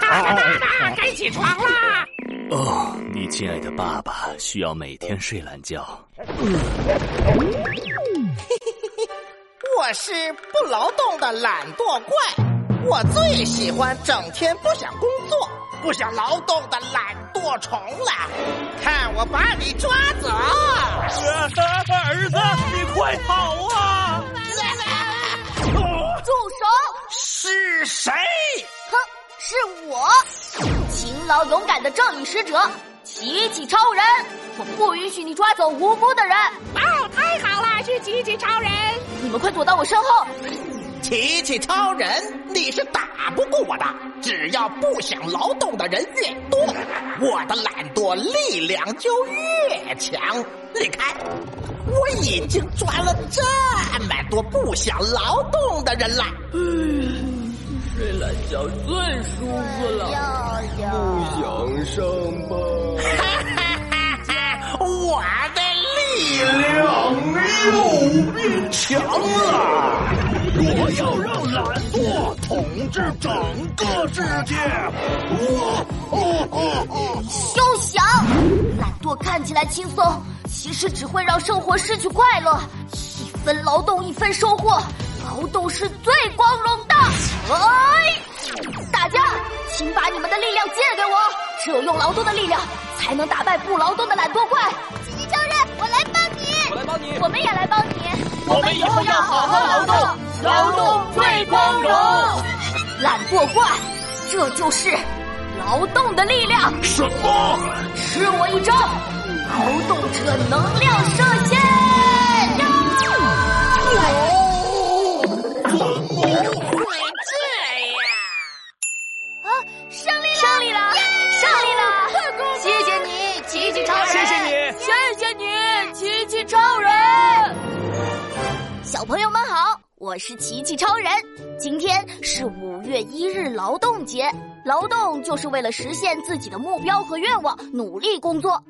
爸爸，爸爸，该起床啦！哦，你亲爱的爸爸需要每天睡懒觉。我是不劳动的懒惰怪，我最喜欢整天不想工作、不想劳动的懒惰虫了。看我把你抓走！儿子，你快跑啊！住手！是谁？哼，是我，勤劳勇敢的正义使者，奇迹超人！我不允许你抓走无辜的人！哦，太好了，是奇迹超人！你们快躲到我身后！琪琪超人，你是打不过我的。只要不想劳动的人越多，我的懒惰力量就越强。你看，我已经抓了这么多不想劳动的人了。要要想上班。我的力量又变强了！我要让懒惰统治整个世界！休想！懒惰看起来轻松，其实只会让生活失去快乐。一分劳动一分收获，劳动是最光荣的。哎，大家，请把你们的力量借给我，只有用劳动的力量，才能打败不劳动的懒惰怪。奇迹超人，我来帮你，我来帮你，我们也来帮你。我们以后要好好劳动，劳动最光荣。懒惰怪，这就是劳动的力量。什么？吃我一招，劳动者能量射线！会这样？哦胜利了！胜利了！胜利了！谢谢你，奇迹超人！谢谢你。谢谢你，奇迹超人！小朋友们好，我是奇迹超人。今天是五月一日劳动节，劳动就是为了实现自己的目标和愿望，努力工作。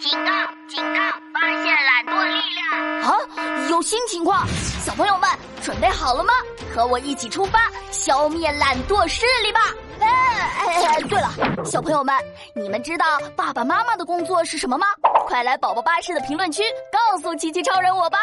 警告！警告！发现懒惰力量！啊，有新情况！小朋友们准备好了吗？和我一起出发，消灭懒惰势力吧！哎哎哎！对了，小朋友们，你们知道爸爸妈妈的工作是什么吗？快来宝宝巴士的评论区告诉奇奇超人我吧！